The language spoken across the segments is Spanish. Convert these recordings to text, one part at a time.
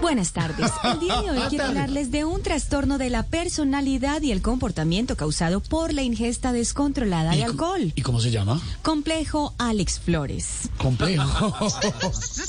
Buenas tardes. El día de hoy quiero hablarles de un trastorno de la personalidad y el comportamiento causado por la ingesta descontrolada de alcohol. ¿Y cómo se llama? Complejo Alex Flores. Complejo.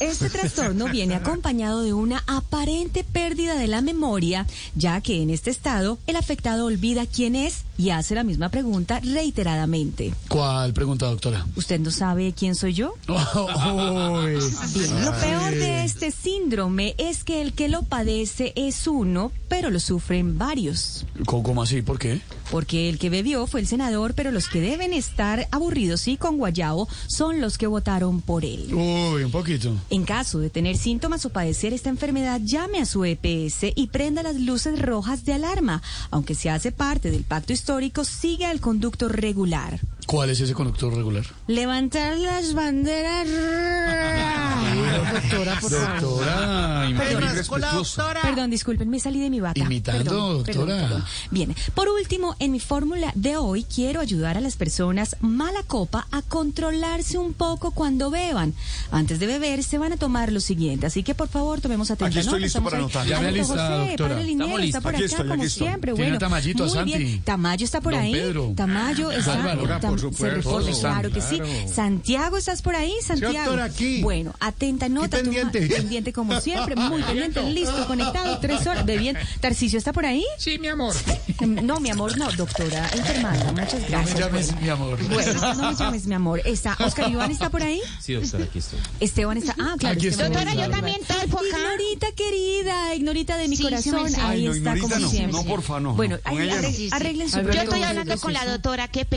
Este trastorno viene acompañado de una aparente pérdida de la memoria, ya que en este estado el afectado olvida quién es y hace la misma pregunta reiteradamente. ¿Cuál pregunta, doctora? ¿Usted no sabe quién soy yo? Uy. Bien, lo peor de este síndrome es que el que lo padece es uno, pero lo sufren varios. ¿Cómo cómo así? ¿Por qué? Porque el que bebió fue el senador, pero los que deben estar aburridos y con guayabo son los que votaron por él. Uy, un poquito. En caso de tener síntomas o padecer esta enfermedad, llame a su EPS y prenda las luces rojas de alarma. Aunque se hace parte del pacto histórico, sigue al conducto regular. ¿Cuál es ese conductor regular? Levantar las banderas. Doctora, por doctora, imagínate. Perdón, disculpen, me salí de mi bata. Imitando, Perdón, doctora. perdón, perdón. Bien, por último, en mi fórmula de hoy quiero ayudar a las personas mala copa a controlarse un poco cuando beban. Antes de beber se van a tomar lo siguiente, así que por favor tomemos atención. Aquí estoy listo para anotar. Ya Ya me lista, doctora. Linero, está por Aquí acá, estoy, como aquí estoy. siempre. Tiene bueno, a Tamayito, a muy bien. Santi. Tamayo está por Don ahí. Pedro. Tamayo está. Álvaro, Tam- por se supuesto. reporta, claro que sí. Santiago, ¿estás por ahí? Santiago. doctora, aquí. Bueno, atenta nota. tu ma- pendiente. pendiente como siempre, muy pendiente, listo, conectado, tres horas, de bien. Tarcicio está por ahí? Mm, Sí, mi amor. No, mi amor, no, doctora enfermada, muchas No me gracias. llames, mi amor. Bueno, no me llames, mi amor. Está, Oscar Iván está por ahí? Sí, doctora, aquí estoy. Esteban está, ah, claro. Aquí Esteban estoy. está. Doctora, yo también estoy por acá. Ignorita querida, ignorita de mi Sí, sí, corazón, me sé. ahí Ay, no, está Ignorita como no, siempre. no, porfa, no. Bueno, Con ahí ella no. arreglen- Sí, sí. arreglen su Yo estoy hablando con la doctora, qué pe-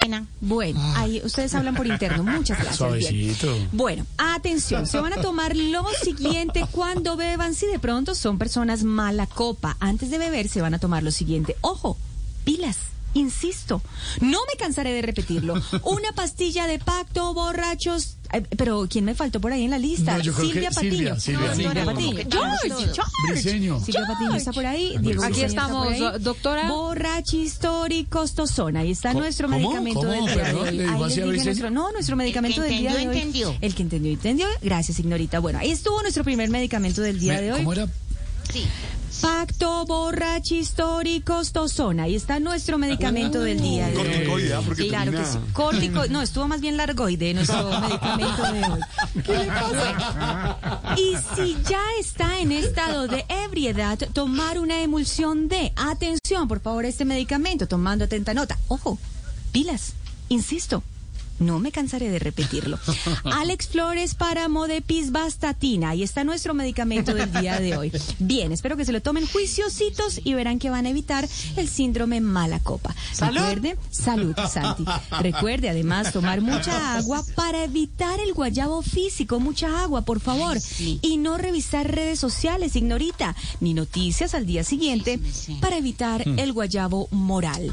pena. Bueno, ahí ustedes hablan por interno. Muchas gracias. Ah. Suavecito. bien. Bueno, atención, se van a tomar lo siguiente cuando beban. Si de pronto son personas mala copa, antes de beber se van a tomar lo siguiente. Ojo, pilas. Insisto, no me cansaré de repetirlo. Una pastilla de pacto, borrachos. Ay, pero ¿quién me faltó por ahí en la lista? No, yo creo que Silvia Silvia, Patiño. Silvia. Silvia Patiño. Vamos George, todos. George. Briseño. Silvia Patiño está por ahí. Diego Aquí Briseño está por estamos, ahí. do- doctora. Borracho histórico, tostón. Ahí está nuestro ¿Cómo? medicamento ¿Cómo? del día de Perdón, hoy. ¿le digo Ahí así a les dije Briseño? nuestro- no, nuestro medicamento del día de entendió, hoy. entendió. El que entendió, entendió. Gracias, ignorita. Bueno, ahí estuvo nuestro primer medicamento del día de hoy. ¿Cómo era? Sí. Pacto borracho histórico, tostón. Ahí está nuestro medicamento del día de hoy. Corticoide, ¿ah? porque Claro que termina- sí. Córtico, no, estuvo más bien largoide nuestro medicamento de hoy. ¿Qué le pasa? Y si ya está en estado de ebriedad, tomar una emulsión de atención, por favor, este medicamento, tomando atenta nota. Ojo, pilas, insisto. No me cansaré de repetirlo. Alex Flores, páramo de pisbastatina. Ahí está nuestro medicamento del día de hoy. Bien, espero que se lo tomen juiciositos y verán que van a evitar el síndrome mala copa. Recuerde, salud, Santi. Recuerde además tomar mucha agua para evitar el guayabo físico. Mucha agua, por favor. Y no revisar redes sociales, ignorita, ni noticias al día siguiente Sí, sí, Mm. sí. para evitar el guayabo moral.